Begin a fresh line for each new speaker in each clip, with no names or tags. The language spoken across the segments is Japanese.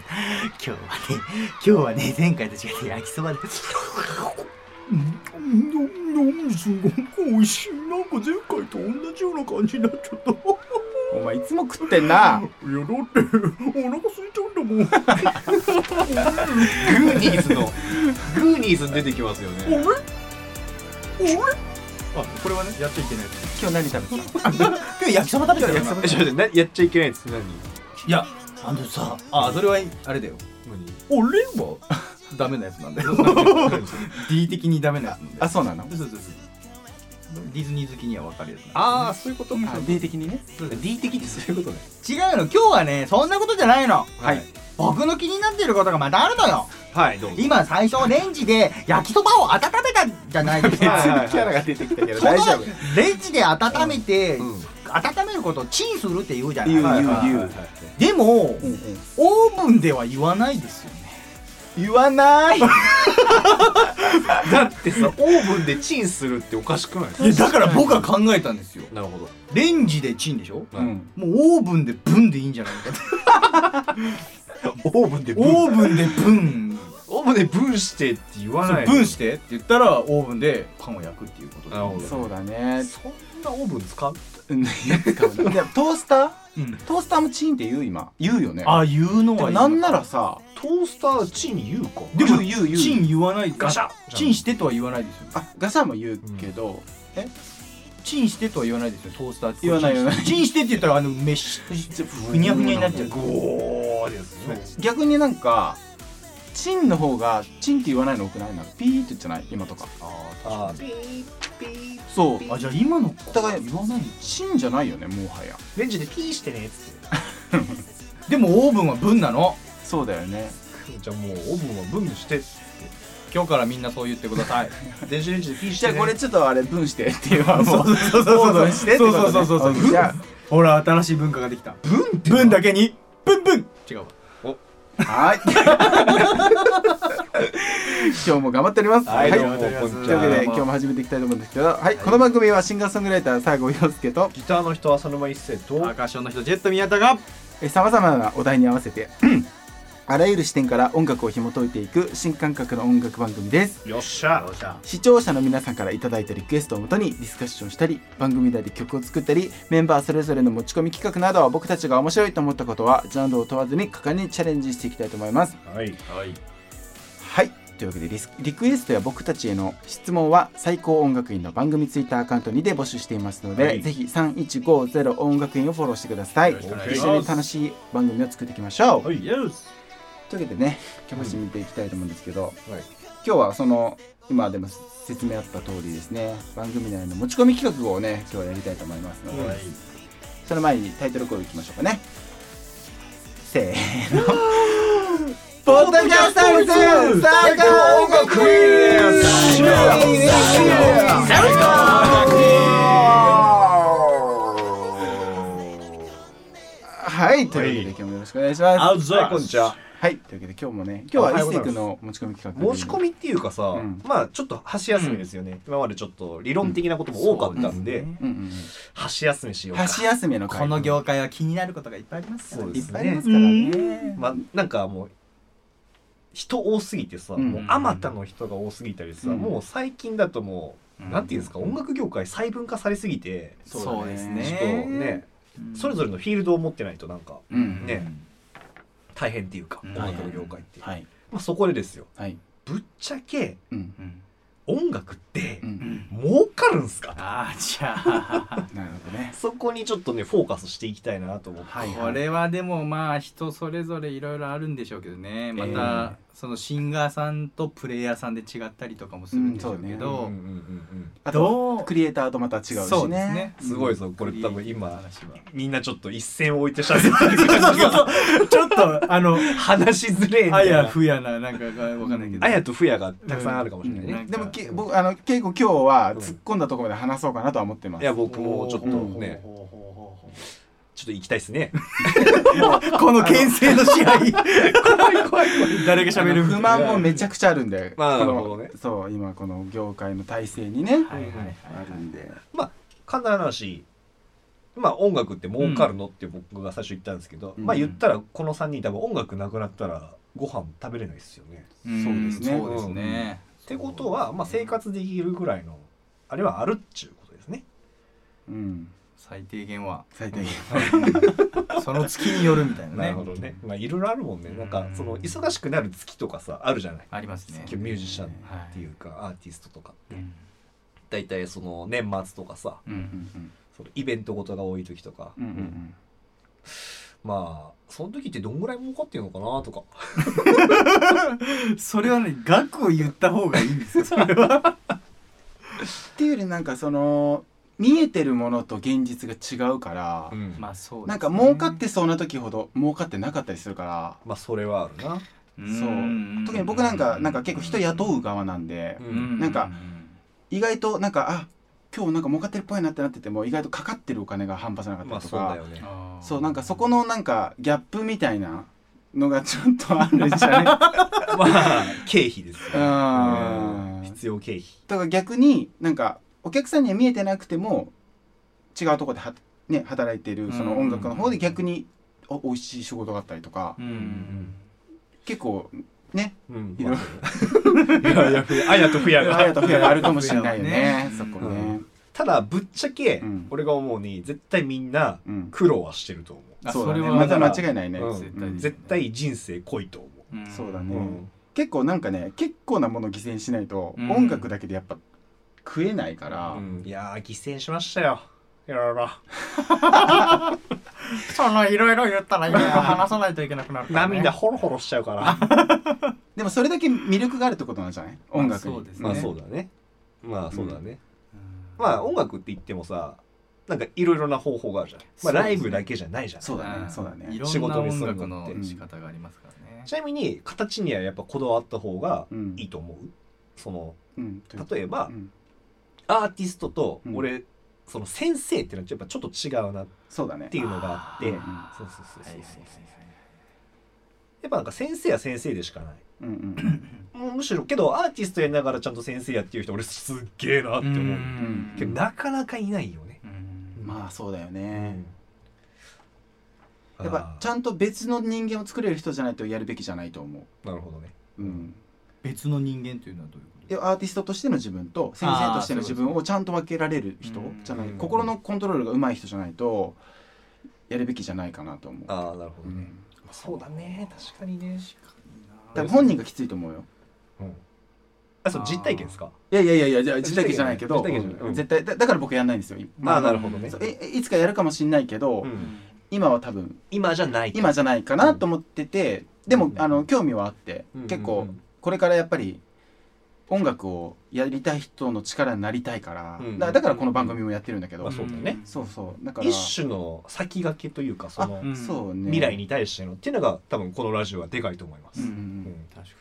今日はね、今日はね、前回と違って焼きそばで。
うん、うん、すごく美味しい。なんか前回と同じような感じになっちゃった。い
お前いつも食ってんな
や、だって、お腹空いちゃうんだもん。
グーニーズのグーニーズ出てきますよね
あ、これはね、やっちゃいけないやつ。
今日何食べてた
今日焼きそば食べたよな。
えちょっと待ってなやっちゃいけないです何
いや、あのさ、あ、それはあれだよ。
俺 は、ダメなやつなんだよ。
D 的にダメなやつなんだよ。
あそうなの
そうそうそうそう。ディズニー好きにはわかるやつな
ああそういうこと
D 的にね
D 的ってそういうことね
違うの、今日はね、そんなことじゃないの。
はい
僕の気になってることがまたあるのよ。
はいどうぞ
今、最初、レンジで焼きそばを温めたじゃないです
は
か。
いはい
キャラが出てきたけど
その
大丈夫
レンジで温めて、
うん
温めることをチンするって言うじゃない
言う
はい
言う
はい
言う
でも、オーブンでは言わないですよね
言 わない
だって さオーブンでチンするっておかしくないですか
いやだから僕は考えたんですよ
なるほど
レンジでチンでしょ
うん
もうオーブンでブンでいいんじゃないかって
オーブンでブン
オーブンでブン
オーブンでブンしてって言わない
ブンしてって言ったらオーブンでパンを焼くっていうこと
なるほど
そうだね
そんなオーブン使う
うんやつ買うなでもトースター
うん
トースターもチンって言う今言うよね
ああ言うの
でも
は
なんならさ
トースターチン言うか
でも
言う言う言う
チン言わない
ガシャ
チンしてとは言わないですよ
あガシャンも言うけど
チンしてとは言わないですよトースターって
言わない言わな
チンしてって言ったらあの飯ふにゃふにゃになっちゃう
ゴーですね
逆になんかチンの方がチンって言わないの多くないなピーって言ってない今とか
あ
そう
あじゃあ今の
お互い
言わない
チンじゃないよねもはや
レンジでピーしてねっつって
でもオーブンは分なの
そうだよね
じゃあもうオーブンはブンして
今日からみんなそう言ってください
電子レンジでピーし
じゃ
て
あ
ね
これちょっとあれ分してっていうわもう
そう
オーブンしてって
そ
こ
うそう
と
そう
ね
そうそう
オーブンじゃ
ほら新しい文化ができた
ブンって
分だけにブンブン違うわ
あはい 今日も頑張っております
はい
は
ど
いう
もこん
と
に
い
ち
うわけで
は
今日も始めていきたいと思うんですけどはい、この番組はシンガーソングライター西郷陽介と
ギターの人浅沼一世と
アーカッションの人ジェット宮田が
さまざまなお題に合わせて あらゆる視点から音楽を紐解いていく新感覚の音楽番組です
よっしゃ
視聴者の皆さんからいただいたリクエストをもとにディスカッションしたり番組内で曲を作ったりメンバーそれぞれの持ち込み企画などは僕たちが面白いと思ったことはジャンルを問わずに果敢にチャレンジしていきたいと思います
はいはい
はいというわけでリスリクエストや僕たちへの質問は最高音楽院の番組ツイッターアカウントにて募集していますので、
はい
ぜひ3150音楽院をフォローしてください
よろしくお願い
一
します
緒に楽しい番組を作っていきましょう、
はい
というわけでね今日も始めていきたいと思うんですけど、
い
今日はその今でも説明あった通りですね番組内の持ち込み企画をね今日はやりたいと思いますので、その前にタイトルコールいきましょうかねせーの「ポッドキャストイズ最高音楽クイズ」最高はい、というわけで今日もよろしくお願いします。
はいこんにちは
はい、というわけで今日もね、今日は一くの持ち込み企画
申し込みっていうかさ、
うん
まあちょっと箸休めですよね、今までちょっと理論的なことも多かったんで,、
うんうん
箸休めし
う
よ
ん、
うか
箸休めの会
この業界は気になることがいっぱいありますから
そう
い
で
っ
す
ぱいあり
ね
ますからね。
まあなんかもう人多すぎてさ、
うん
もうあまたの人が多すぎたりさ、
うん
もう最近だともう、
うん
なんていうんですか音楽業界細分化されすぎて、
そうです
ちょ
ね
っとね、それぞれのフィールドを持ってないとなんか
うん
ね大変っていうか、
うん
音楽の業界って、
はい
まあ、そこでですよ
はい
ぶっちゃけ
うん
うん
音楽って
う
うんん
儲かるんすかと
ああじゃあ
なるほどね。
そこにちょっとねフォーカスしていきたいなと思って、
はい
これはでもまあ人それぞれいろいろあるんでしょうけどねまたそのシンガーさんとプレイヤーさんで違ったりとかもするんでしょうけ
うんうん
ど
うんうん
あと
どう
クリエイターとまた違うしね。
そうですね
すごいぞこれ多分今
話は
みんなちょっと一線を置いてしゃべってる感じが
ちょっとあの
話しづれえみ
あ
たいな
やふやななんかがわかんないけど
あやとふやがたくさんあるかもしれないね、
うん
でもけ僕あの結構今日は
うん
突っ込んだところまで話そうかなとは思ってます。
いや僕もちょっとね
ほうほうほうほうほう
ちょっと行きたいですね
この牽制の試合
怖い怖い怖い
誰が喋る
不満もめちゃくちゃあるんで、
まあ
この
なるほどね
そう今この業界の体制にね、
はいはいはい
あるんで、
簡単な話まあ音楽って儲かるのって僕が最初言ったんですけど、
うん
まあ言ったらこの3人多分音楽なくなったらご飯食べれないですよね。
うん
そうですね
そうですね。
ってことは、まあ、生活できるぐらいのあれはあるっちゅうことですね。
うん
最低限は
最低限
その月によるみたいな
なる
ね
ほ。どね。まあいろいろあるもんね。なんかその忙しくなる月とかさあるじゃない。
ありますね。
今日ミュージシャンっ
は
て
い
いうかアーティストとかって
うん
大体その年末とかさ
う
うん
ん
そのイベントごとが多い時とか、
うんうんうん
まあその時ってどんぐらい儲かってるのかなとか
それはね額を言った方がいいん ですよ。それは。
っていうよりなんかその見えてるものと現実が違うから、
ま
まあそうですね。
なんか儲かってそうな時ほど儲かってなかったりするから、
あそれはあるな。
うん
そう特に僕なんかなんか結構人雇う側なんで、
うん
なんか意外となんかあ今日なんか儲かってるっぽいなってなってても意外とかかってるお金が半端じゃなかった
まあ
りと
そ
か、
うだよね。
あー
そうなんかそこのなんかギャップみたいなのがちょっとあるじゃない う
まあ経費ですよね。
ーん
必要経費。
だから逆になんかお客さんには見えてなくても違うところでは、ね、働いてるその音楽の方で逆にお美味しい仕事があったりとか
うんうん
結構ね
うん。
いろい
いやいやふやあやとふや
あやと
が。
ふやがあるかもしれないよね
うん
そこね。
ただぶっちゃけ
うん
俺が思うに絶対みんな
うん
苦労はしてると思う。
あ
そうだね
それは
また間違いないね、
うん
絶対に
絶対人生濃いと思
うん
そうだ
う。
ね、
うん
結構なんかね結構なものを犠牲にしないと、
うん
音楽だけでやっぱ食えないから、
うんいやー犠牲しましたよ。いろいろ。
そのいろいろ言ったら今話さないといけなくなるからね。
涙ホロホロしちゃうから。
でもそれだけ魅力があるってことなんじゃない音楽に、
そうですね
まあそうだね。まあそうだね。
うん。
まあ音楽って言ってもさ、なんかいろいろな方法があるじゃん。まあ
そうですね
ライブだけじゃないじゃん。
そうだねそうだね
いろ
仕
んな
事にす
音
るのって
楽の仕方がありますからね
ち。なみに形にはやっぱこだわった方が
うん
いいと思う。その
うんという
例えば
うん
アーティストと
うん
俺、その先生っていうのはやっぱちょっと違うなっ
そうだね
ていうのがあって、
うん
そうそうそうそう
はい
そう。
はいはい
やっぱなんか先生は先生でしかない。
うんうん
もうむしろけどアーティストやりながらちゃんと先生やってる人俺すっげえなっ
は
て
い
思
う
う、
ん
けどなかなかいないよね、
うん
まあそうだよ
う
ね、や
や
っ
っ
ぱ
ぱ
ちゃんと別の人間を作れる人じゃないとやるべきじゃないと思
なるほどね
う、うん、
別の人間というのはどういうこと
でアーティストとしての自分と先生としての自分をちゃんと分けられる人じゃない
うん
心のコントロールが上手い人じゃないとやるべきじゃないかなと思う、
ああなるほ
う
どね、
ん
そうだね確かにね、
多分本人がきついと思うよ
うん、あそう実体験ですか
いやいやいやいやじゃあ実体験じゃないけど
実体験じゃない
うん絶対だだから僕やんないんですよ
ああなるほどね
そうええいつかやるかもしんないけど、
う
うんん
今は多分
今じゃない
今じゃないかなと思ってて、でもあの興味はあって、
うん
結
う
構
ん
これからやっぱり音楽をやりたい人の力になりたいから、
うん
だだからこの番組もやってるんだけど、
まあそうだね
そうそうだから
一種の先駆けというかその、
うん
そうね
未来に対してのっていうのが多分このラジオはでかいと思いま
う
す、
んうん
う
うん
ん
確かに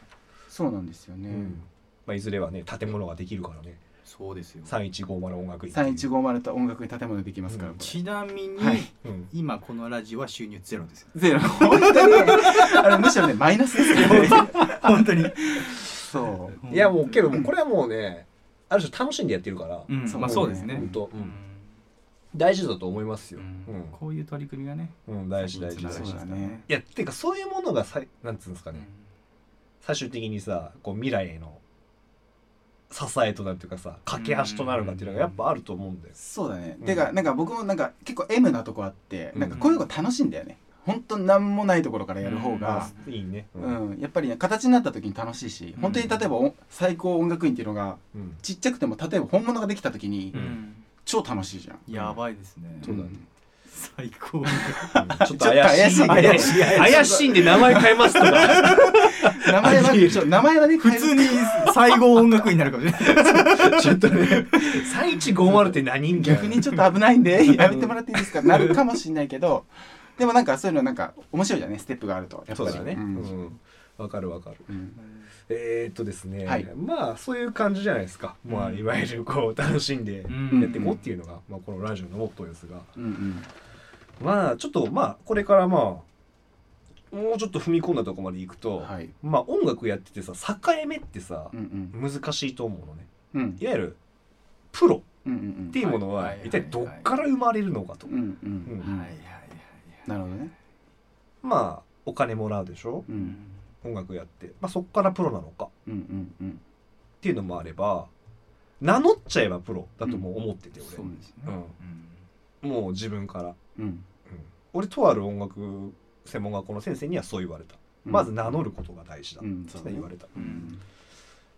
そうなんですよね、
うんまあ、いずれはね建物ができるからね
そうですよ
3150音楽院っていう
3150と音楽に建物できますから、
うん
これ
ちなみに、
はい
うん
今このラジオは収入ゼロですよ
ゼロ本当にあのむしろねマイナスですよね
本当に
そ
いやもうけどもうこれはもうねある種楽しんでやってるから、
うん、
そう
まあそうですね
本当、
う
う
ん
ん、大事だと思います
う
よ、
んこういう取り組みがね
うんうん大事大事
先
大
に
事
つながりますから
そうだね
いやてかそういうものがさなんつうんですか
う
ね
ん
最終的にさこう未来への支えとなるというかさ架け橋となるかっていうのがやっぱあると思うんだよ
う、そうだね、
うん
てかなんか僕もなんか結構 M なとこあってなんか
うん
こういうの楽しいんだよね本当なんもないところからやる方
うん
が、
いいね
うん
うん
やっぱりね形になった時に楽しいし本当に例えばお最高音楽院っていうのが
うん
ちっちゃくても例えば本物ができた時に
うん
超楽しいじゃん、
やばいですね、
そうだね
最高
ちょっと怪しい
ちょっと怪しい
怪しいんで名前変えますとか
名前はちょ名前はね
普通に最後音楽になるかもしれない
ちょっとね3150って何みたいな
逆にちょっと危ないんでやめてもらっていいですかなるかもしれないけどでもなんかそういうのなんか面白いじゃんねステップがあるとやっ
そ
ぱ
う
り
だねうんんわ、かるわかる
うん
えー、っとですね、
はい
まあそういう感じじゃないですか、まあいわゆるこう楽しんで
うん
やっていこうっていうのが、まあ、このラジオのモットーですが
うんうん
まあちょっとまあこれからまあもうちょっと踏み込んだとこまでいくと、
はい
まあ音楽やっててさ境目ってさ
う、ん
難しいと思うのね
うんうん
いわゆるプロ
うんうんうん
っ、ていうもの
は
はい
はい
一体どっから生まれるのかと、
うんう
はい
ん
はいはい
なるほどね、
まあお金もらうでしょ
うん、
音楽やって、まあ、そこからプロなのかっ
うんうんうん
ていうのもあれば名乗っちゃえばプロだとも思ってて
そ
俺、
うです
う
ね
うん
んもう自分から、
うん
うん俺とある音楽専門学校の先生にはそう言われた、まず名乗ることが大事だ、
う
って
んそうだね
言われた
うん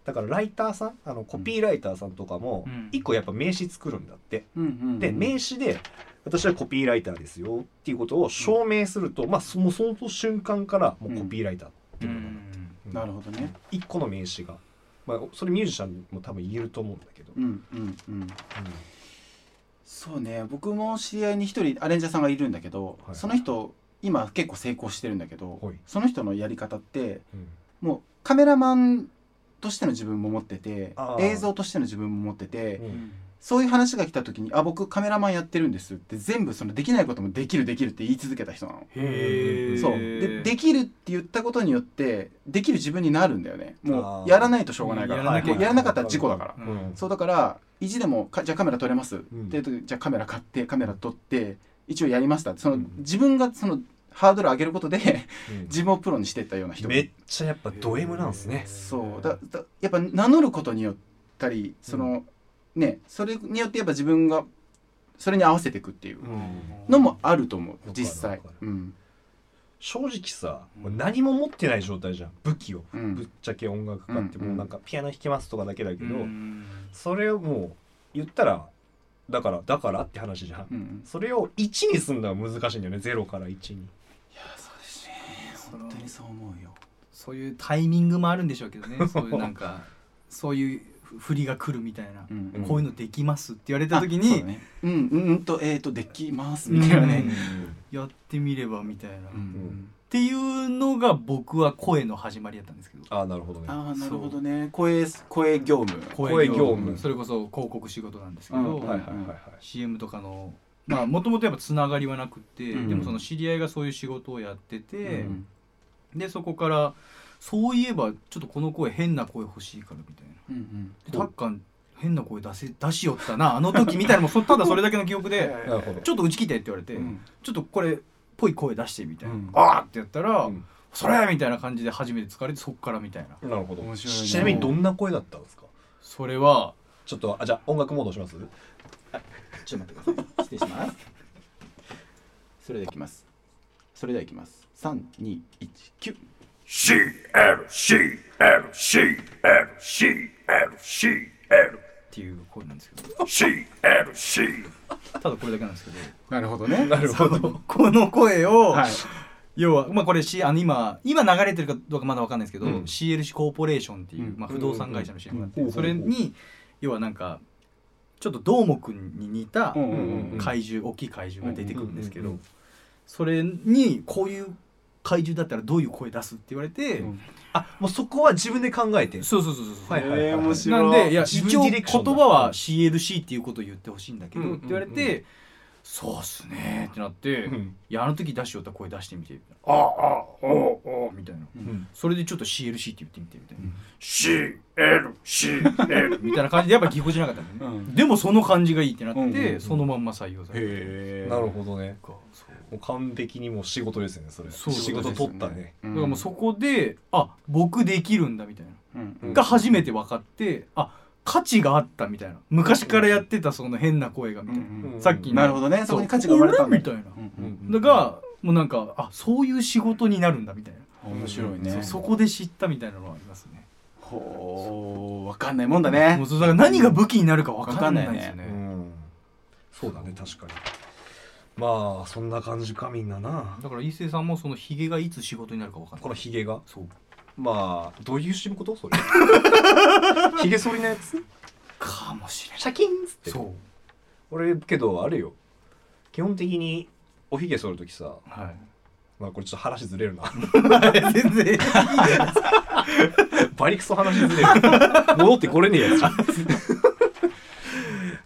だからライターさんあのコピーライターさんとかも
うん
一個やっぱ名刺作るんだって、
うんうん
で名刺で私はコピーライターですよっていうことを証明すると、まあそもうその瞬間からもうコピーライターっていうのが
なるほどね
一個の名刺が、まあ、それミュージシャンも多分言えると思うんだけど、
うんうんうんそうね僕も知り合いに一人アレンジャーさんがいるんだけど、
はい
その人今結構成功してるんだけど、
はい
その人のやり方ってもうカメラマンとしての自分も持ってて
あー
映像としての自分も持ってて、
うん
そういう話が来た時に「あ僕カメラマンやってるんです」って全部そのできないこともできるできるって言い続けた人なの。
へえ
そうでできるって言ったことによってできる自分になるんだよねも
あ
う
ー
やらないとしょうがないから
やらなきゃ
もうやらなかったら事故だから、
うん
うん
そうだから意地でもか「じゃあカメラ撮れます」って
うん
言うとじゃあカメラ買ってカメラ撮って一応やりました」その
うん
自分がそのハードル上げることで
う ん
自分をプロにしていったような人
めっちゃやっぱド M なんですね、
そうだだやっぱ名乗ることによったりその、ねそれによってやっぱ自分がそれに合わせていくっていうのもあると思う
うん
実際
わかるわか
うん
正直さもう何も持ってない状態じゃん武器を、
う
ぶっ
ん
ちゃけ音楽家ってもうなんかピアノ弾けますとかだけだけど、
うん
それをもう言ったらだからだからって話じゃん、
うん
それを1にすんのは難しいんだよね0から1に
そうですね本当にそう思うよ
そういうタイミングもあるんでしょうけどねそういうなんかそういう振りが来るみたいな、
うん
うん
こういうのできますって言われた
あ
時
そう
に、
だねうんうんとえーとできますみたいなね
やってみればみたいな、
う
っ
ん
ていうのが僕は声の始まりやったんですけど
ああなるほどね
ああなるほどね声声業務
声業務
それこそ広告仕事なんですけど、
うん
はいはいはいはい
CM とかのまあもともとやっぱつながりはなくて、
うん
でもその知り合いがそういう仕事をやって
う
て、
ん
でそこからそういえばちょっとこの声変な声欲しいからみたいな。
うんうん
でタッカン変な声出せ出しよったなあの時みたい なもうそただそれだけの記憶で
なるほど
ちょっと打ち切ってって言われて、
うん
ちょっとこれっぽい声出してみたいな、
うん
あーってやったら、
うん
それみたいな感じで初めて疲れてそっからみたいな
なるほど
面白いね
ちなみにどんな声だったんですか
それは
ちょっとあじゃあ音楽モードします
ちょっと待ってください。失礼します。それではいきます。それではいきます。三二一九。
っていう声なんですけどただこれだけなんですけど
なるほど ね。
なるほど
この声を、
はい。
要は、まあ、これ、C、あの今今流れてるかどうかまだわかんないですけど、
うん
CLC コーポレーションっていう、
うん
まあ、不動産会社の CM があって、
うんうん
それに要はなんかちょっとどーもくんに似た
うんうんうん。
怪獣、大きい怪獣が出てくるんですけど、
うんうんうん
それにこういう怪獣だったらどういう声出すって言われて、
うん
あもうそこは自分で考えて
そうそうそうそうそう、
はいはいはい
えー面白い
なんでいや
自
一
分
応
ディ
言
レクションだ
葉は CLC っていうことを言ってほしいんだけど、
うんうんうん
って言われて、そうっすねってなって、
う
い
ん
やあの時出しよった声出してみてみたいなああああああみたいな、
ん
それでちょっと CLC って言ってみてみたいな、CLCL みたいな感じでやっぱぎこちなかったのね、
うん
でもその感じがいいってなって、
うんうんうん
そのまんま採用されて
へ
なるほどね
そう
もう完璧にもう仕事ですよねそれ
そう
仕事取ったね
だからもうそこであ僕できるんだみたいな、
うん
うん
が初めて分かってあ価値があったみたいな昔からやってたその変な声がみ
う
たいな、
ん
うん
さっきの
なるほどね。そこに価値が生まれたんだ
俺みたいな、
うん
う
うんん。
だがもうなんかあそういう仕事になるんだみたいな、
面白いね。
そこで知ったみたいなのはありますね
ほう。わかんないもんだ
も
ね
う。そうだから何が武器になるか分かんないんですよね
うんそうだね確かにまあそんな感じかみんなな
だから伊勢さんもそのヒゲがいつ仕事になるか分かんない
このヒゲが
そう
まあどういう仕事そ れヒゲ剃りのやつ
かもしれない
シャキンっつって
そう
俺けどあれよ基本的におひげ剃る時さ
はい
まあこれちょっと話ずれるな
全然
バリクソ話 ずれる戻ってこれねえやつ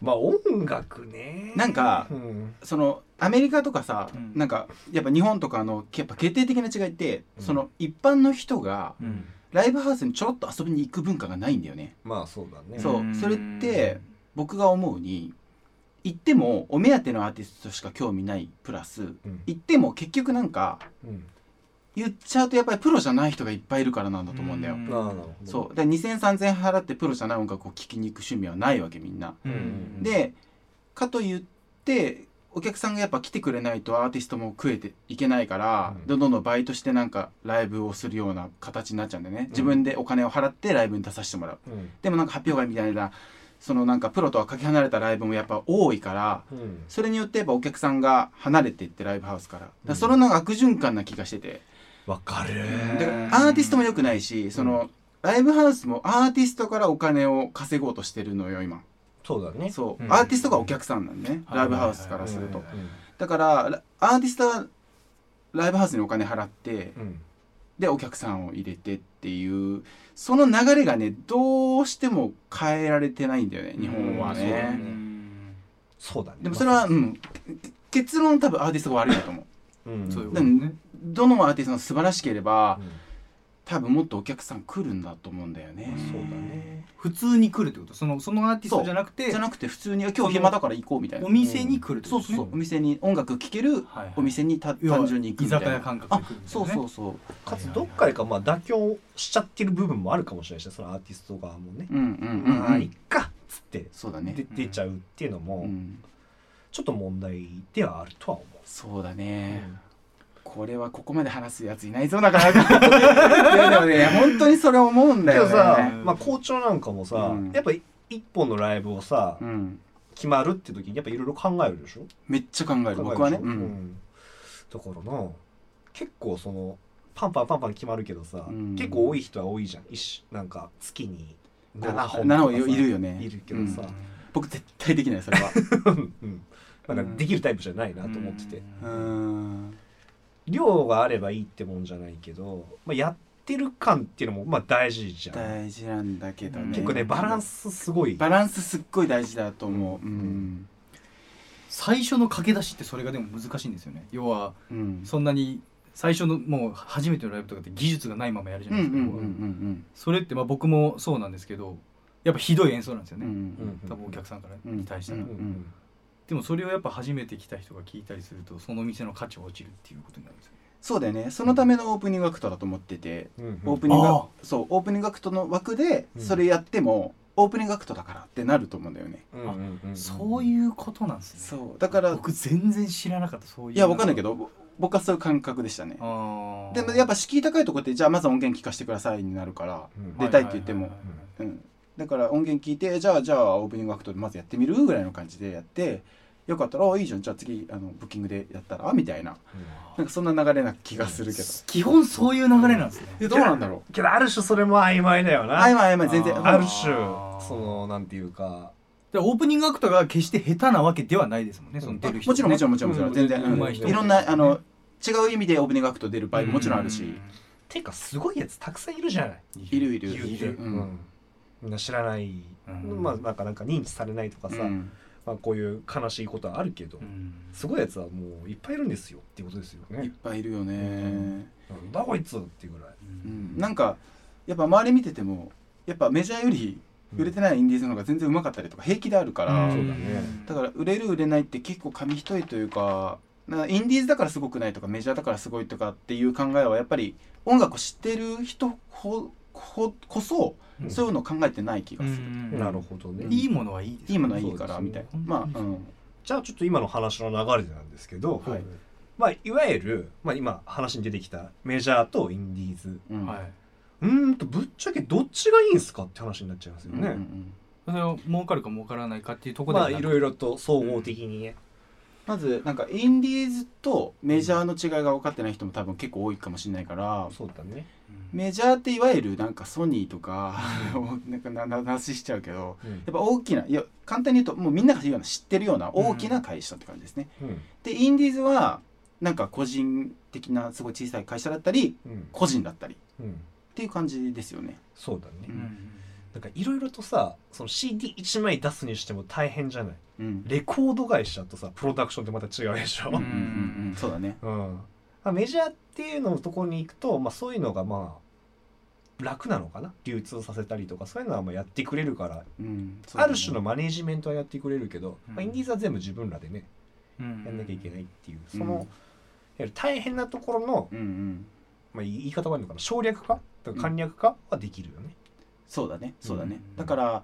まあ音楽ね
なんか
うん
そのアメリカとかさ
う、ん
なんかやっぱ日本とかのやっぱ決定的な違いって、
うん
その一般の人が
うん
ライブハウスにちょろっと遊びに行く文化がないんだよね。
まあそうだね
そうそれって僕が思うに行ってもお目当てのアーティストしか興味ないプラス
うん
行っても結局なんか
うん
言っちゃうとやっぱりプロじゃない人がいっぱいいるからなんだと思うんだよ
う。ん
なるほど
そうで20003000払ってプロじゃない音楽を聴きに行く趣味はないわけみんな。
うん
ん
でかといってお客さんがやっぱ来てくれないとアーティストも食えていけないから、
うん
どんどんどんバイトしてなんかライブをするような形になっちゃうんでね自分でお金を払ってライブに出させてもらう。
うん
でもなんか発表会みたいなそのなんかプロとはかけ離れたライブもやっぱ多いから
うん
それによってやっぱお客さんが離れていってライブハウスからだからそれの悪循環な気がしてて
わかる
だ
ね
からアーティストも良くないしそのライブハウスもアーティストからお金を稼ごうとしてるのよ今
そうだね
そう
うん
アーティストがお客さんなんね
はい
ライブハウスからする
う
と
ん
だからラアーティストはライブハウスにお金払って
うんうん
でお客さんを入れてっていうその流れがねどうしても変えられてないんだよね日本は
うんそうだね
そ
ね。
うだね
でもそれは、うん、結論多分アーティストが悪いんだと思
う
う。
ん
そういうこ
で
とね
もどのアーティストが素晴らしければ
うん
多分もっとお客さん来るんだと思うんだよね。
そうだね
普通に来るってことそのそのアーティストじゃなくて
じゃなくて普通に今日暇だから行こうみたいな
お。店に来るって
そ
こ
う
とね
そうそうお店に音楽聴ける
はいはい
お店にた
要は
単純に行くみたいな。
居酒屋感覚で来るみたいなね
あそうそうそう。
かつどっかでかまあ妥協しちゃってる部分もあるかもしれないしそのアーティスト側もね
うんうんうん、うん
まあいっかっつって
そうだ
で
ね。
出ちゃうっていうの
う
も
ん、
ちょっと問題ではあるとは思う
そうだ
う
ね、
ん
これはここまで話すやついないぞなかなか いやでもね本当にそれ思うんだ
け
よ
ど
ね
さ
うん
まあ校長なんかもさ
うん
やっぱ一本のライブをさ
うん、
決まるって時にやっぱいろいろ考えるでしょ
めっちゃ考える
考えるでしょ
僕はね、う
うんんだからな結構そのパンパンパンパン決まるけどさ
うん
結構多い人は多いじゃん一種なんか月に7本
7
と
本
かさ
いるよね
いるけどさ
僕絶対できないそれ は
うんなんかできるタイプじゃないなと思ってて
うーん
量があればいいってもんじゃないけど、まあ、やってる感っていうのもまあ大事じゃん
大事なんだけどね
結構ねバラン
ス
スすごい
バランスすっごい大事だと思うう
うんん、
最初の駆け出しってそれがでも難しいんですよね要は
うん、うん
そんなに最初のもう初めてのライブとかって技術がないままやるじゃ
う
なんいうで
ん
す
う
か、
ん
要はそれってまあ僕もそうなんですけどやっぱひどい演奏なんですよ
うんう
ね、
ん
多分お客さんから
うん
に対したら、
うん
うん
でもそれをやっぱ初めて来た人が聞いたりするとその店の価値は落ちるっていうことになるんですよね
そうだよねそのためのオープニングアクトだと思ってて、
うん
オープニング
ああ
そうオープニングアクトの枠で
うん
それやっても、オープニングアクトだからってなると思うんだよね、
うんうんうん
そういうことなんですね
そうだから
僕全然知らなかったそういう
いやわかんないけど僕はそういう感覚でしたね
あー
でもやっぱ敷居高いとこってじゃあまず音源聞かせてくださいになるから、
うん
出たいって言っても
はいはいはいはい
うん、だから音源聞いてじゃあじゃあオープニングアクトでまずやってみるぐらいの感じでやってよかったらあいいじゃんじゃあ次あのブッキングでやったらみたいななんかそんな流れな気がするけど
基本そういう流れなんですね
でどうなんだろ
けどある種それも曖昧だよ
う
な
あいまあいま全然
あー
ある
うん
種
あー
そのなんていうか
でオープニングアクトが決して下手なわけではないですもんね、その出る人
もちろんもちろん
ん
もちろんもちろ
うん
ん全然、うん
上手い人
いろんなあの違う意味でオープニングアクト出る場合ももちろんあるし、
ていうかすごいやつたくさんいるじゃない
いるいる
言う
い
て
るう
うんんみんな知らない
うん
まあなんかなんか認知されないとかさ
うん
まあこういう悲しいことはあるけど
うん
すごいやつはもういっぱいいるんですよっていうことですよ
いっ
ね。
ぱいいるよね、
なんだこいつっていうぐらい。
うんなんかやっぱ周り見ててもやっぱメジャーより売れてないインディーズの方が全然うまかったりとか平気であるから、
そうだね
だから売れる売れないって結構紙一重というかなんかインディーズだからすごくないとかメジャーだからすごいとかっていう考えはやっぱり音楽を知ってる人ほほこそ
うん
そういうのを考えてない気が
う
する、
ん
なるほどね。
いいものはいいです
いいものはいいか
そ
ら
うで
み
す
た
ね
いな、まあ、うん、
じゃあちょっと今の話の流れでなんですけど、
はい
まあいわゆるまあ今話に出てきたメジャーとインディーズ。
うん
はい、
うーんとぶっちゃけどっちがいいんすかって話になっちゃいますよ
うんう
ね。
ん
それを儲かるか儲からないかっていうところで
ま
は
あ
なく
いろいろと総合的にね。
まずなんかインディーズとメジャーの違いが分かってない人も多分結構多いかもしれないから
そうだね。
うん
メジャーっていわゆるなんかソニーとか なんかなな話しちゃうけど
うん
やっぱ大きないや簡単に言うともうみんなが知るような知ってるような大きな会社って感じですね。
うん
でインディーズはなんか個人的なすごい小さい会社だったり
うん
個人だったりっ
うん。
ていう感じですよね。
そうだね。
うん
なんかいろいろとさ、その CD 一枚出すにしても大変じゃない。
うん
レコード会社とさプロダクションってまた違うでしょ、
うんうんうんそうだね。
うんあメジャーっていうののところに行くと、まあ、そういうのがまあ楽なのかな流通させたりとかそういうのはまあやってくれるから、
うんそうだ
あ
ね
る種のマネジメントはやってくれるけど、
うん
まあ、インディーズは全部自分らでね
うん
やんなきゃいけないっていう
うん
その、いわゆる大変なところの
うん
まあ、言い方悪いのかな省略化とか簡略化はできるよね。
そうだねそうだね、
うん
だから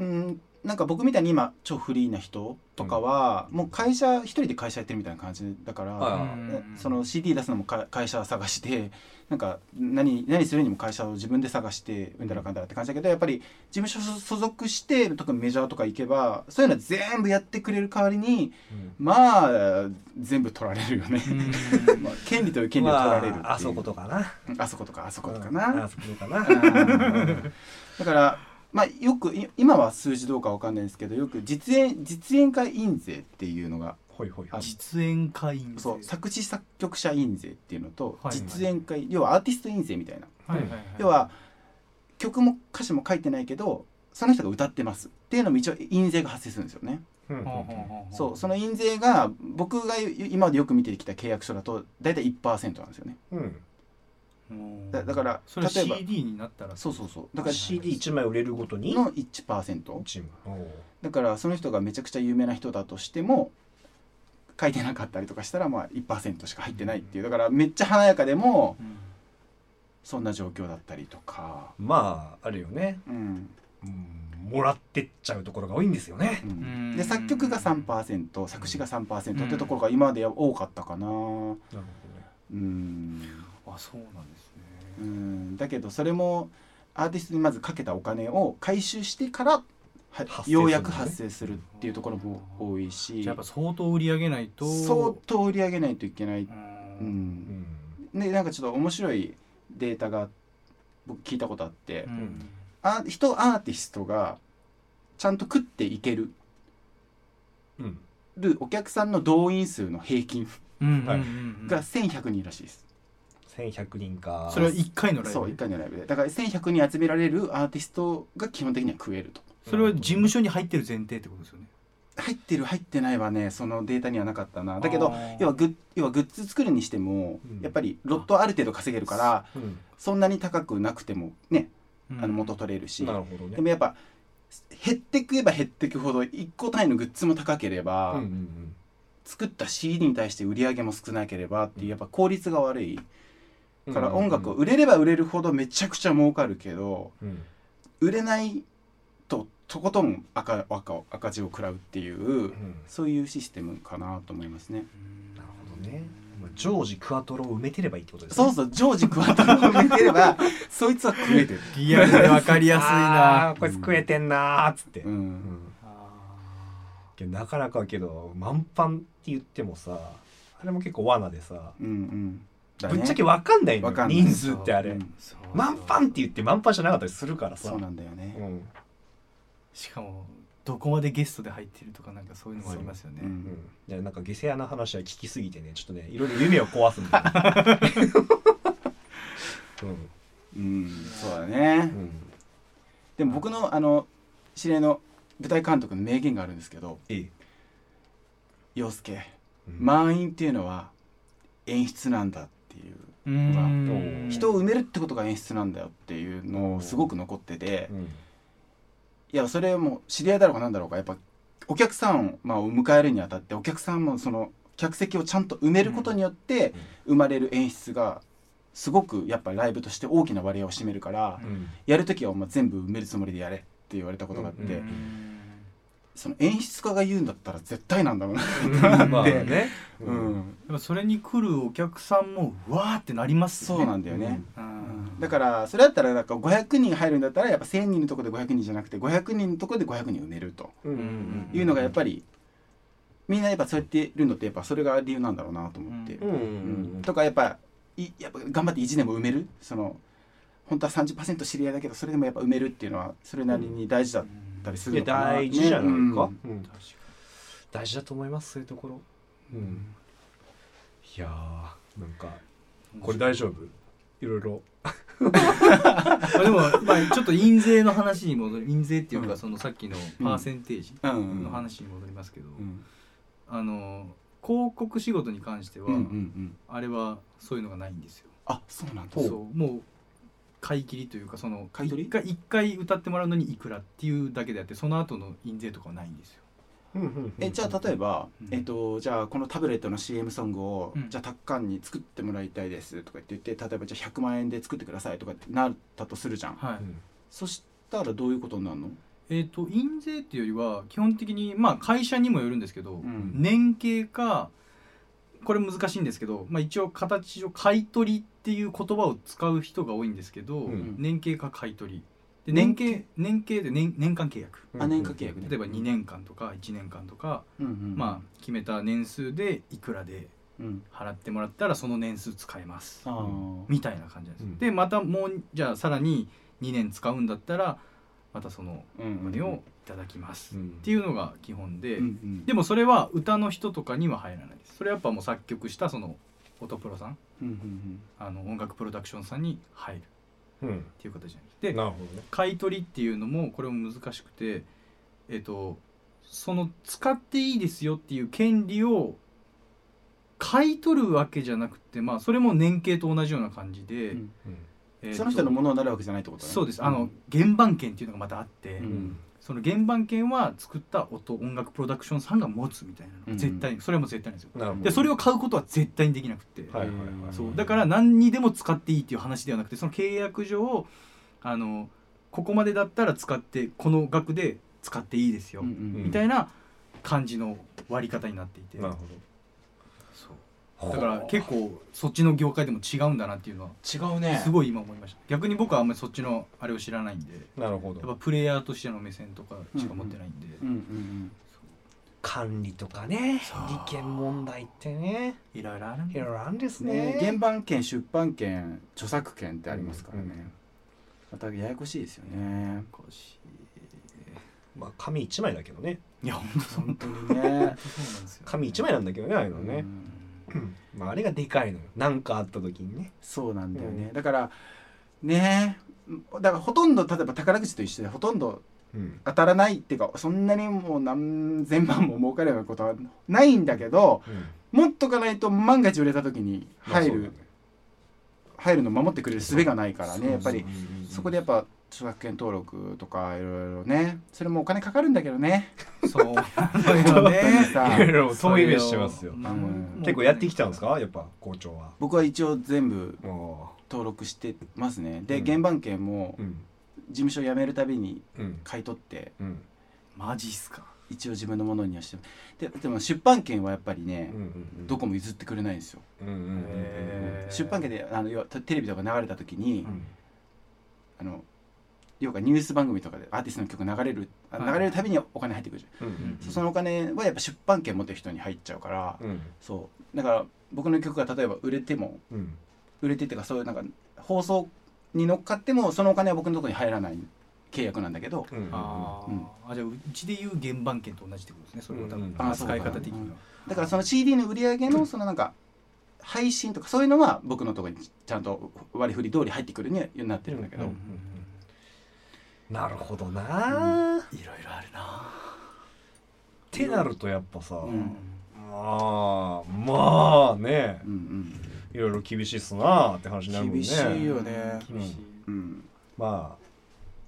うんなんか僕みたいに今超フリーな人とかは、もう会社一人で会社やってるみたいな感じだから、
はい
うん
その CD 出すのもか会社探して なんか何何するにも会社を自分で探してうんだらかんだらって感じだけどやっぱり事務所所属して特にメジャーとか行けばそういうのは全部やってくれる代わりにまあ全部取られるよね、
うん
まあ、権利という権利を取られるっていう、
まあ、あそことかな。
あそことかあそことか
うん
な
あ、そことかな。
うんだからまあよくい今は数字どうかわかんないですけどよく実演実演会印税っていうのが
ほいほいほい。
実演会員
そう作詞作曲者印税っていうのと、
はいはい
実演会要はアーティスト印税みたいな、
はいはいはい
要は曲も歌詞も書いてないけどその人が歌ってますっていうのも一応印税が発生するんですよね、
うんうん
ほう
うん
ほうほうほ
そうその印税が僕が今までよく見てきた契約書だと大体1%なんですよね
うん
うん
だだから
それ
例えば
CD になったら
そうそうそうだから
CD1 枚売れるごとに
の1%
チームおう
だからその人がめちゃくちゃ有名な人だとしても書いてなかったりとかしたらまあ1%しか入ってないっていうだからめっちゃ華やかでも
うん
そんな状況だったりとか、
まああれよね、
うん
うん、もらってっちゃうところが多いんですよね。
う
うん
ん、で作曲が3%作詞が3%ってところが今まで多かったかな
なる
うん、
あそうなんです
う
ね
ん、だけどそれもアーティストにまずかけたお金を回収してからは
発生するんだね
ようやく発生するっていうところも多いし
じゃあやっぱ相当売り上げないと
相当売り上げないといけない、
う
うん
ほど
ん、
ね。
でなんかちょっと面白いデータが僕聞いたことあって、
うん
あ人アーティストがちゃんと食っていける
うん。うん。
お客さんの動員数の平均
うん
はい
うん
が1100人らしいです。
1100人か。
それは一回のライブ
そう1回のライブでだから1100人集められるアーティストが基本的には食えると
それは事務所に入ってる前提ってことですよね
入ってる入ってないはねそのデータにはなかったなだけど
あー
要はグッ要はグッズ作るにしても、
うん
やっぱりロットある程度稼げるから
うん。
そんなに高くなくてもね
うん
あの元取れるし、
なるほどね。
でもやっぱ減ってくれば減ってくほど1個単位のグッズも高ければ、
うんうんうん
作った CD に対して売り上げも少なければっていうやっぱ効率が悪いから音楽を売れれば売れるほどめちゃくちゃ儲かるけど
うん
売れないととことん赤赤赤字を食らうっていう
うん
そういうシステムかなと思いますね。
うん
なるほどね。まあ常時クアトロを埋めてればいいってことですね。
そうそうジョージ・クワトロを見て ればそいつは食えてる。
リアルでわかりやすいな
あーこいつ食えてんなーっつって。
う、
うんん
あ
けどなかなかけど満帆って言ってもさあれも結構罠でさ、
うんうんだね
ぶっちゃけ分かんないの
わか
よ
んない
人数ってあ
あ
れ、
うん
ーそう
満帆って言って満帆じゃなかったりするからさ
そうなんだよね。
うん
しかもどこまでゲストで入ってるとかなんかそういうのもありますよね
う
うんんいやなんか下世話な話は聞きすぎてねちょっとねいろいろ夢を壊すんだよね、
うん、そうだね
うん。うん
でも僕のあの知り合いの舞台監督の名言があるんですけど
いい
「洋介
うん
満員っていうのは演出なんだ」っていう
う
うんん
人を埋めるってことが演出なんだよっていうのをすごく残ってて
うん
いやそれはもう知り合いだろうが何だろうがやっぱお客さんをまあを迎えるにあたってお客さんもその客席をちゃんと埋めることによって生まれる演出がすごくやっぱライブとして大きな割合を占めるから
うん
やる時はお前全部埋めるつもりでやれって言われたことがあっ
うんう
て
ん
その演出家が言うんだったら絶対なんだろうな。
まあね、
う
うん
ん
でもそれに来るお客さんもうわーってなりますよ
そう
ね
なんだよね、
うん
だからそれだったらなんか500人入るんだったらやっぱ1,000人のところで500人じゃなくて500人のところで500人埋めると
うん
うん
いうのがやっぱりみんなやっぱそうやっているのってやっぱそれが理由なんだろうなと思って、
うんうん
うんとかやっぱいやっぱ頑張って1年も埋めるその本当は30%知り合いだけどそれでもやっぱ埋めるっていうのはそれなりに大事だったりす
い
る
や
のかなって、
大事じゃないか、
うん
うん
確か
大事だと思いますそういうところうんいやーなんか
に
これ大丈夫いろいろ
あでも、まあ、ちょっと印税の話に戻る印税っていう
う
か
ん
そのさっきのパーセンテージ
うんうん
の話に戻りますけど、
うん
あの広告仕事に関しては、
うんうんうん
あれはそういうのがないんですよ。
あそうなんだ
そうもう買い切りというかその
買い取り
一回一回歌ってもらうのにいくらっていうだけであってその後の印税とかはないんですよ。
えじゃあ例えば、
うん
えっと、じゃあこのタブレットの CM ソングを、
うん
じゃあタッカンに作ってもらいたいですとか言って例えばじゃあ100万円で作ってくださいとかってなったとするじゃん
はい
そしたらどういうことになるの、
えっ、と印税っていうよりは基本的にまあ会社にもよるんですけど、
ん
年計かこれ難しいんですけど、まあ、一応形上買い取りっていう言葉を使う人が多いんですけど、
ん
年計か買い取りで年計年計で年年間契約
あ年間契約ね
例えば2年間とか1年間とか、
うんうん
まあ決めた年数でいくらで
うん
払ってもらったらその年数使えます
あー
みたいな感じなんです、
うん
でまたもうじゃあさらに2年使うんだったらまたその
うんうん
お金をいただきます、
うん
っていうのが基本で、
うんうん
でもそれは歌の人とかには入らないですそれやっぱもう作曲したその音プロさん
うんうん
あの音楽プロダクションさんに入るっ
うん
ていう形じゃないです
な
で
るほ
買い取りっていうのもこれも難しくてえっとその使っていいですよっていう権利を買い取るわけじゃなくてまあそれも年計と同じような感じで、
うん
どね
えっ
うん
と
その人のものになるわけじゃないってことね
そうですあの原版権っていうのがまたあって、
うん
うん
その原版権は作った音音楽プロダクションさんが持つみたいなのが絶対に、それはもう絶対なんですよ
なるほど
でそれを買うことは絶対にできなくて、
はいはいはい
そうだから何にでも使っていいっていう話ではなくてその契約上あのここまでだったら使ってこの額で使っていいですよ、
うんう
う
ん
ん
みたいな感じの割り方になっていて
なるほ
そうだから結構そっちの業界でも違うんだなっていうのは
違うね
すごい今思いました逆に僕はあんまりそっちのあれを知らないんで
どなるほ
やっ
ど
ぱプレイヤーとしての目線とかしか持ってないんで、
うんうん
管理とかね
そう
利権問題ってね
いろいろあるん
いろいろあるんです
うん
ね
ね原版権出版権著作権ってありますからね、
うん
またややこしいですよね
こし
まあ紙一枚だけどね
いいや本当そう
本当にね
そうなんですよ
紙一枚なんだけどねああいうの
う
ね、
ん
まあ、あれがでかいのよなんかあった時にね
そうなんだよね、
うん
だからねえだからほとんど例えば宝くじと一緒でほとんど
うん
当たらないっていうかそんなにもう何千万も儲かるようなことはないんだけど持っとかないと万が一売れた時に入る、入るの守ってくれる術がないからねやっぱりそこでやっぱ著作権登録とかいろいろねそれもお金かかるんだけどね
そうなのよね
さ
いろいろ遠い目してますよ
うん
結構やってきたんですかやっぱ校長は
僕は一応全部
も
登録してますねで
うん
原版権も
ううん
事務所辞めるたびに
うん
買い取って
うん
マジっすか
一応自分のものにはしてででも出版権はやっぱりね、
うん
どこも譲ってくれないんですよ、
うんうんうん
へー
出版権であの要はテレビとか流れた時に、
うん
あの要はニュース番組とかでアーティストの曲流れる、あ
はい
流れるたびにお金入ってくるじゃん、
うん
そのお金はやっぱ出版権持ってる人に入っちゃうから、
うん
そうだから僕の曲が例えば売れても
うん
売れてっていうかそういうなんか放送に乗っかってもそのお金は僕のところに入らない契約なんだけど、
うん
あー、あじゃあうちで言う原版権と同じってことですねそれは多
うん
分、
あそ
扱
うだ
い
ね
方的には、
だからその CD の売り上げのそのなんか配信とかそういうのは僕のところにちゃんと割り振り通り入ってくるにはなってるんだけど、
うんなるほどなーっ
いろいろあるな
てなるとやっぱさ
うん
まあまあね
うんうん
いろいろ厳しいっすなーって話になるもんね
厳しいよね
厳しい
うん、
まあ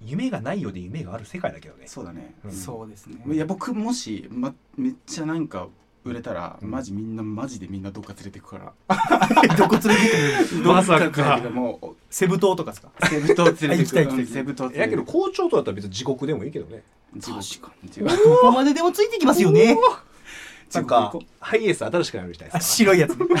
夢がないようで夢がある世界だけどね
そうだね、
うん
そうですね
いや僕もし、ま、めっちゃなんか売れたら、
うん
マジみんなマジでみんなどっか連れてくから
どこ連れてくるまさ
どっ連れてくも
セブ島とかですか
うセブ島連れて
行き
く
たい行きたい
うんセブ島連
やけ
れて
ど
く
校長とだったら別に地獄でもいいけどね
地獄地
ど
獄
こまででもついてきますよね
なん
地
か
獄行こ
ハイエース新しくなるみたい
あ
です
白 いやつね
でもね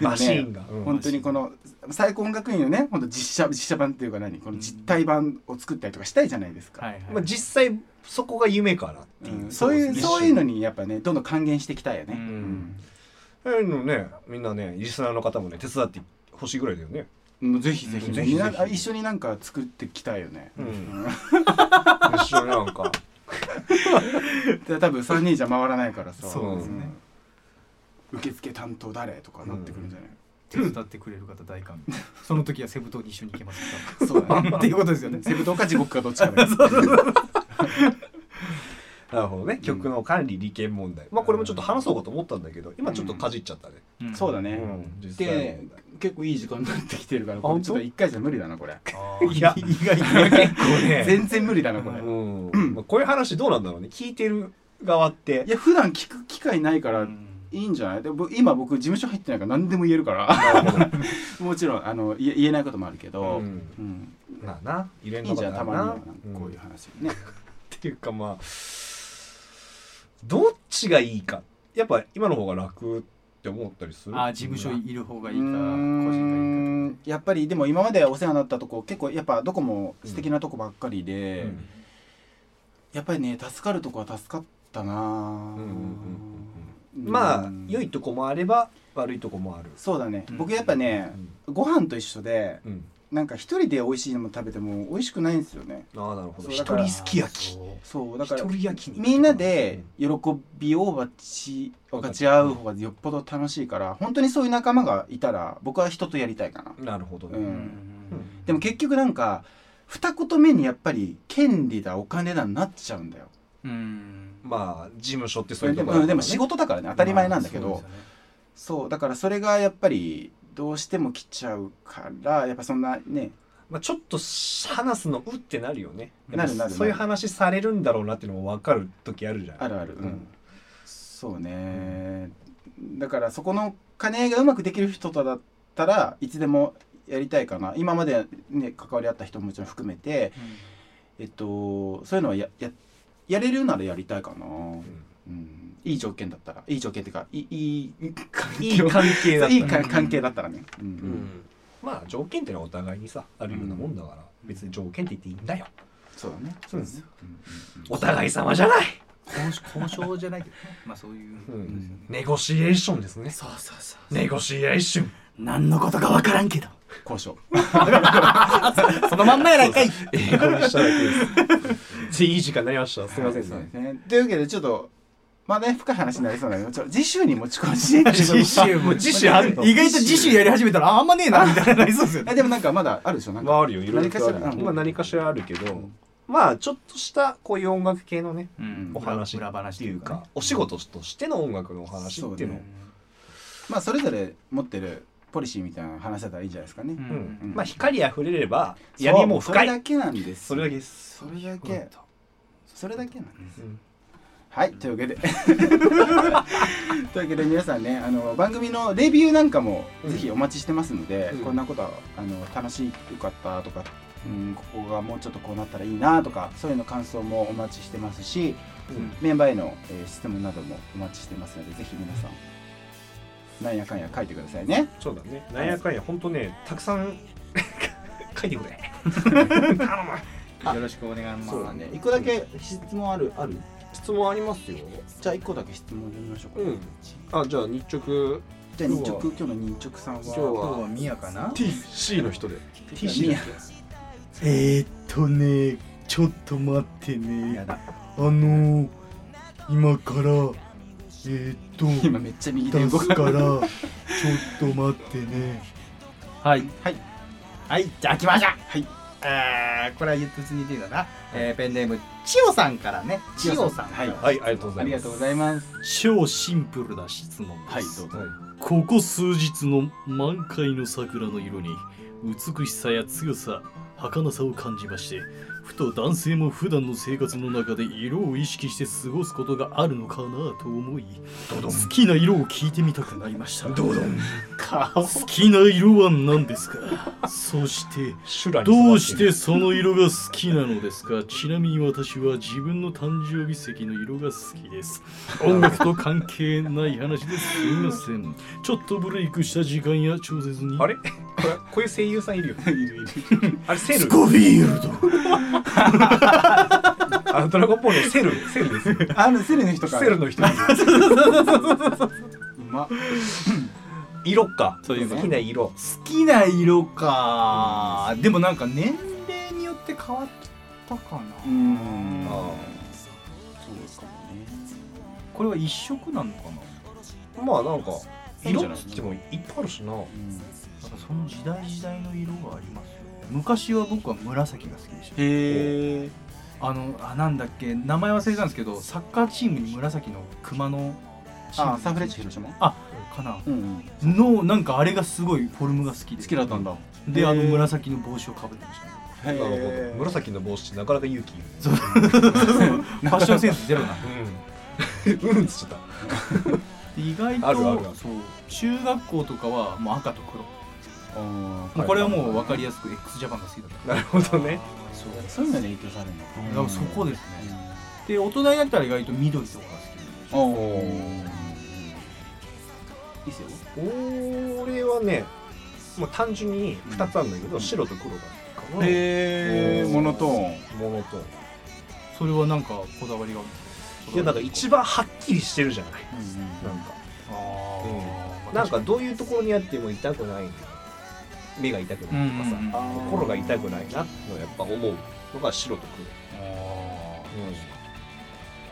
マシーンが、うん
本当にこの最高音楽院のね本当実写実写版っていうか何この実体版を作ったりとかしたいじゃないですか、
い、
まあ、実際そこが夢かなっていう、
うんそういう
ですね
そういうのにやっぱねどんどん還元していきたいよね、
うん
そういうのねみんなねリスナーの方もね手伝ってほしいぐらいだよね、
もうぜひぜひ,、
うんぜひぜひ
みんな一緒になんか作っていきたいよね、
うん、一緒になん か
で多分3人じゃ回らないからさ
そうですね
うん受付担当誰とかなってくるんじゃない、
手伝ってくれる方大歓迎その時はセブ島に一緒に行けますか
そうだね
っていうことですよね
セブ島か地獄かどっちかだよ
なるほどね曲の管理利権問題、まあこれもちょっと話そうかと思ったんだけど今ちょっとかじっちゃったね、
そうだ
う
ね、
ん実際
で
問題
結構いい時間になってきてるから
本
これ
当
ちょっと1回じゃ無理だなこれ
あー
いや
意外と
結構ね
全然無理だなこれ、
うん、
うん
まあこういう話どうなんだろうね聞いてる側って
いや普段聞く機会ないから、
うん
いいんじゃないでも僕今僕事務所入ってないから何でも言えるから
なるほど
もちろんあの言え言えないこともあるけど、
う
うん
んまあな入れん
いいん
のか
じゃ
な
ないたまにはなんか
うん
こういう話ね、
っていうかまあどっちがいいかやっぱ今の方が楽って思ったりする
あ事務所いる方がいいうか
ー
個人
んやっぱりでも今までお世話になったとこ結構やっぱどこも素敵なとこばっかり
う
で、
ん
やっぱりね助かるとこは助かったな
うんうんうんうん
うん
まあ良いとこもあれば悪いとこもある
そうだね、
うん
僕やっぱねご飯と一緒で
うん
なんか一人で美味しいのも食べても美味しくないんですよね
ああなるほど
そう
一
だから
人すき焼き
そうだ
一
から
人焼き肉
みんなで喜びを分ち分かち合う方がよっぽど楽しいから本当にそういう仲間がいたら僕は人とやりたいかな、
なるほど
う、
ね
うんん
でも結局なんか二言目にやっぱり権利だお金だになっちゃうんだよ
うん
まあ事務所って
そ
そうい
れ
う
で
と
も,、
こだからね
でも仕事だからね当たり前なんだけど、
まあ
そう
そうですよね
だからそれがやっぱりどうしても来ちゃうからやっぱそんなね
まあちょっと話すのうってなるよね
なるなるなる
そういう話されるんだろうなっていうのも分かる時あるじゃん
あるある、うん
うん
そうね、だからそこの兼ね合いがうまくできる人とだったらいつでもやりたいかな今まで、ね、関わり合った人ももちろん含めて、えっと、そういうのはやややれるならやりたいかな、うん、いい条件だったらいい条件っていうかいいいい環境
いい関係だった
いい
ら
か関係だったらね、うん
う
うん
ん
まあ条件ってのはお互いにさあるようなもんだから、別に条件って言っていいんだよ
そうだね
そうです
ね、うんうんうん
お互い様じゃない、
交渉交渉じゃない けどねまあそういうことですよね
ネゴシエーションですね
そうそうそう
ネゴシエーション
何のことかわからんけど
交渉
そのまんまやないかい
英語にしただけですでいい時間になりま したすいません
そうで
ね
すねというわけでちょっとまだね深い話になりそうなのでちょっと次週に持ち越し
次週も
自信ある の
意外と自主やり始めたらああんまねえなみたいになりそうですよね
えでもなんかまだあるでしょなん
ま
か、
ああるよいろいろとある
何かしら
まあ何かしらあるけど、まあちょっとしたこういう音楽系のね
うん
お話
裏裏
っ
話
ていうかお仕事としての音楽のお話っていうのを
そうねまあそれぞれ持ってるポリシーみたいなの話せたらいいんじゃないですかね、
うん
うん
ん
まあ光あふれれば
そう
闇も深
それ
い
だけなんです
それだけです、
それだけそれだけなんです
うん
はい、というわけで というわけで皆さんねあの番組のレビューなんかも
うん
ぜひお待ちしてますので、
うん
こんなことはあの楽しかったとか、うん、ここがもうちょっとこうなったらいいなとかそういうの感想もお待ちしてますし
うん
メンバーへの、えー質問などもお待ちしてますのでぜひ皆さんなんやかんや書いてくださいね
そうだね。なんやかんや、ほんとね、たくさん 書いてくれ。
よろしくお願いします
そうだね一個だけ質問あるある
質問ありますよ。
じゃあ一個だけ質問読みましょうか、
うんあ、じゃあ日直
じゃあ日直今日の日直さんは
今日は
今日はミヤかな
TC の人で。
TC の人
えー、っとねちょっと待ってねあのー、今からえー、っと
今めっちゃ右手
出
動
す
く
からちょっと待ってね
はい
はい
はいじゃあ来ました
はい
えーこれは言って次でだな、えーペンネーム千代さんからね千代さん
はい
はい、ありがとうござ
あ
い
り
ま
が
す。
とうございます
超シンプルな質問
はいどうぞ
ここ数日の満開の桜の色に美しさや強さ儚さを感じましてふと男性も普段の生活の中で色を意識して過ごすことがあるのかなと思い好きな色を聞いてみたくなりました好きな色は何ですかそして
シュラに
どうしてその色が好きなのですかちなみに私は自分の誕生日石の色が好きです。音楽と関係ない話ですすいませ ん。ちょっとブレイクした時間や超絶に。
あれこれ、こういう声優さんいる よ。いるいる。あれ、セル。
ゴビールド
あの、ドラゴンボールのセル。セルですよ。
あのセルの人か
セルの人いる。
うま
色か。
そういうこと
好きな色。
好きな色か、でもなんか年齢によって変わったかな、
うーん
あ
そうかもね
これは一色なのかななんか
あまあ、なんか、
いいん
色
じゃない
っつってもいっぱいあるしな。
うん
その時代時代の色がありますよね昔は僕は紫が好きでした
へえ
あのあなんだっけ名前忘れたんですけどサッカーチームに紫の熊のチーム
あサンフレッチェ広島
かな
うんうん
のなんかあれがすごいフォルムが好きで
好きだったんだ
であの
へー
紫の帽子をかぶってましたね
へへー
なるほど紫の帽子ってなかなか勇気いる
ファッションセンスゼロ な
うんうんっつっちゃっ
意外と
あるあるある
そう中学校とかはもう赤と黒も
も
うこれはもう分かりやすく x ジャパンが好きだった
たなるほどね
そう
うそういうのに影響されるのか
だからそこですねで大人になったら意外と緑とかが
お
好き
おーいいっすよ
俺はね、まあ、単純に2つあるんだけど、白と黒がいいかな、
へえモノトーン
ものと
それはなんかこだわりがあるんです
いやなんか一番はっきりしてるじゃないなんか
あー
なんかどういうところにあっても痛くない目が痛くないとかさ、
うんうんうん
心が痛くないなのやっぱ思うのが白と
あー
黒、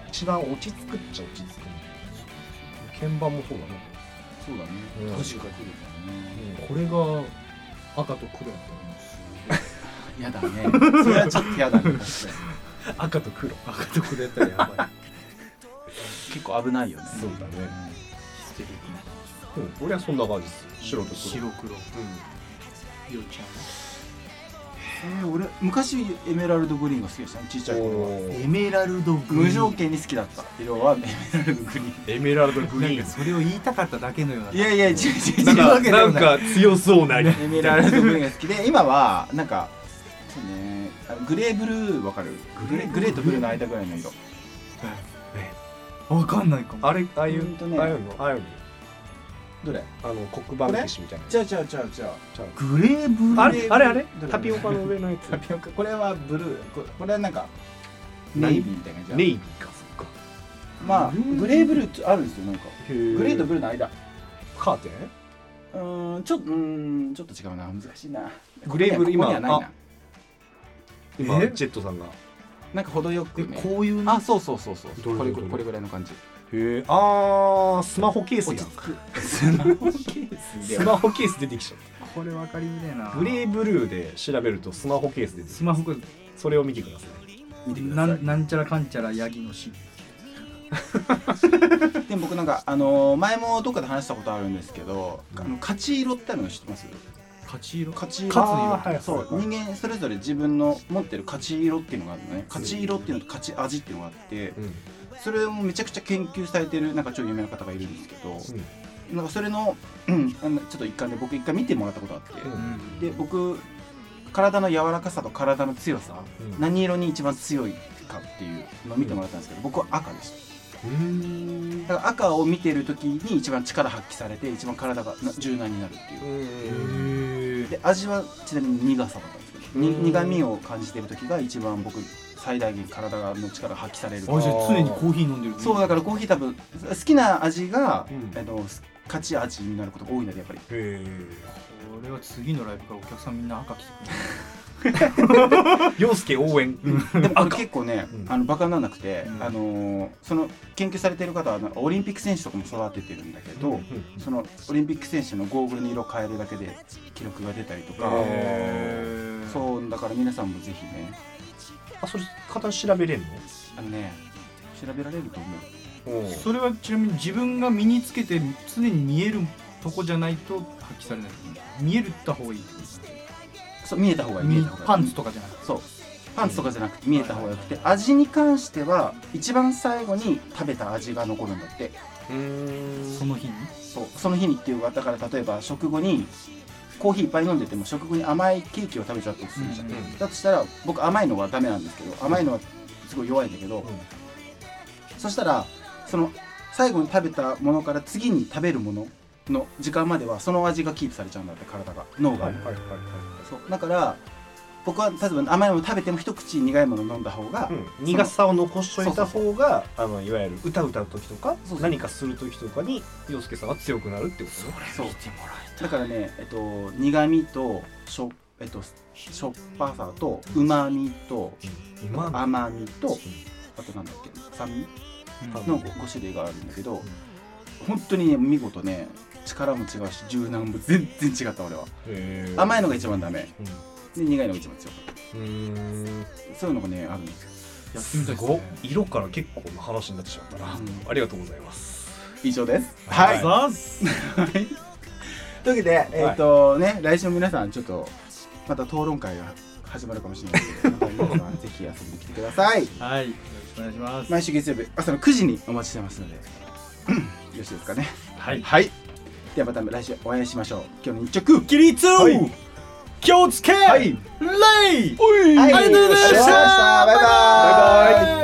一番落ち着くっちゃ落ち着く鍵盤もそうだね、
そうだね
うん
確かに
これが赤と黒やと思います
やだねそれはちょっとやだね確かに
赤と黒
赤と黒やったらや ばい
結構危ないよね
そうだね
ヒステリックな
うん俺はそんな感じです白と黒
白黒よち
えー俺昔エメラルドグリーンが好きでしたねちっちゃい頃は
おー
エメラルドグ
無条件に好きだった色はエメラルドグリーン
エメラルドグ
なん
リ
か
ーン
それを言いたかっただけのようない
やいや違う違う違う
なんかなんか
強そう な
エメラルドグリーンが好きで今はなんかそうねあのグレーブルーわかるグレーグレーとブルーの間ぐらいの色
わかんないかも
あれああいう、
ほんとね
ああいうのああいうの
どれ
あの黒板消しみたいな
じゃあじゃあじゃあじゃ
グレーブル
あれあれあれ
どれ
タピオカの上のやつ
タピオカこれはブルーここれはなんかネイビーみたいな感じだ
ネイビーかそっか
まあグレーブルーってあるんですよなんかグ
グ
レーとブルーの間
カーテン
うーんちょっとうーんちょっと違うな難しいな
グレーブルー
ここに
今
はここにはないな
あ今
え
ジェットさんがへ
なんか程よく
え
ね
こういうね
あそうそうそうそう
どれ
これ
どれ
これぐらいの感じ
えあースマホケース
落
や
ち
ん
着くスマホケースで
スマホケース出てきちゃっ
これ分かりづらいな
たグレーブルーで調べるとスマホケース出てき
スマホが
たそれを見てください
見てく
な
ださ
んなんちゃらかんちゃらヤギのシーン
いでも僕なんかあのー前もどっかで話したことあるんですけど、あの勝ち色ってあるの知ってます
勝ち色
勝ち色
勝つ色
あーはい
そう人間それぞれ自分の持ってる勝ち色っていうのがあるのね勝ち色っていうのと勝ち味っていうのがあって
うん
それもめちゃくちゃ研究されてるなんか超有名な方がいるんですけど、
うん
なんかそれの,、うん、あのちょっと一環で僕一回見てもらったことあって、
うん
うん
で僕体の柔らかさと体の強さ、
うん
何色に一番強いかっていうのを見てもらったんですけど、僕は赤でした
うん
だから赤を見てる時に一番力発揮されて一番体がな柔軟になるっていうで味はちなみに苦さだったんですけど、に
うん
苦味を感じてる時が一番僕最大限体の力発揮される
あじゃあ常にコーヒー飲んでる
そうだからコーヒー多分好きな味が、
うん
えっと勝ち味になることが多いのでやっぱり
へえ
これは次のライブからお客さんみんな赤着てくる
陽介応援
でも結構ね、
うん
あのバカにならなくて、
うん
あのーその研究されてる方はオリンピック選手とかも育ててるんだけど、そのオリンピック選手のゴーグルの色変えるだけで記録が出たりとか、
へ
そうだから皆さんもぜひね
あそれ型調べれんの
あのね調べられると思う
う
それはちなみに自分が身につけて常に見えるとこじゃないと発揮されない見えるった方がいいってことですね
そう見えた方がいい見えた方がいい
パンツとかじゃなくて
そうパンツとかじゃなくて見えた方がよくて味に関しては一番最後に食べた味が残るんだって
ん
その日に
そうその日にっていうかだから例えば食後にコーヒーいっぱい飲んでても食後に甘いケーキを食べちゃったとするじゃん、
うん
うん
だとしたら僕甘いのはダメなんですけど甘いのはすごい弱いんだけど、
ん
そしたらその最後に食べたものから次に食べるものの時間まではその味がキープされちゃうんだって体が脳が、
はいはいはいはい
そうだから僕は例えば甘いもの食べても一口苦いもの飲んだ方が、
うん、苦さを残しといた方があのいわゆる歌歌う時とか
そうそう
何かする時とかに洋介さんが強くなるってことね
そうだからね、えっと、苦味としょ,、えっと、しょっぱさとうまみと
今の
甘みとあとなんだっけ酸味の 5, 種類があるんだけど、本当にね見事ね力も違うし柔軟も全然違った俺は甘いのが一番ダメで苦いのが一番強かっ
うんうーん
たそういうのがねあるんですよ
やってみたいです
ごっ
ね
色から結構な話になってしまったな、
うん
ありがとうございます
以上です
はい
はい、
ザース
というわけでえっ、とね来週も皆さんちょっとまた討論会が始まるかもしれないですけど、皆さんぜひ遊びに来てください。
はいよろしくお願いします
毎週月曜日朝の9時にお待ちしてますので、うんよろしいですかね。
はい
はい。ではまた来週お会いしましょう。今日の日直、起立
はい気をつけ、はい、レイ
あり
がとうございました
バイバイ。
バイバイ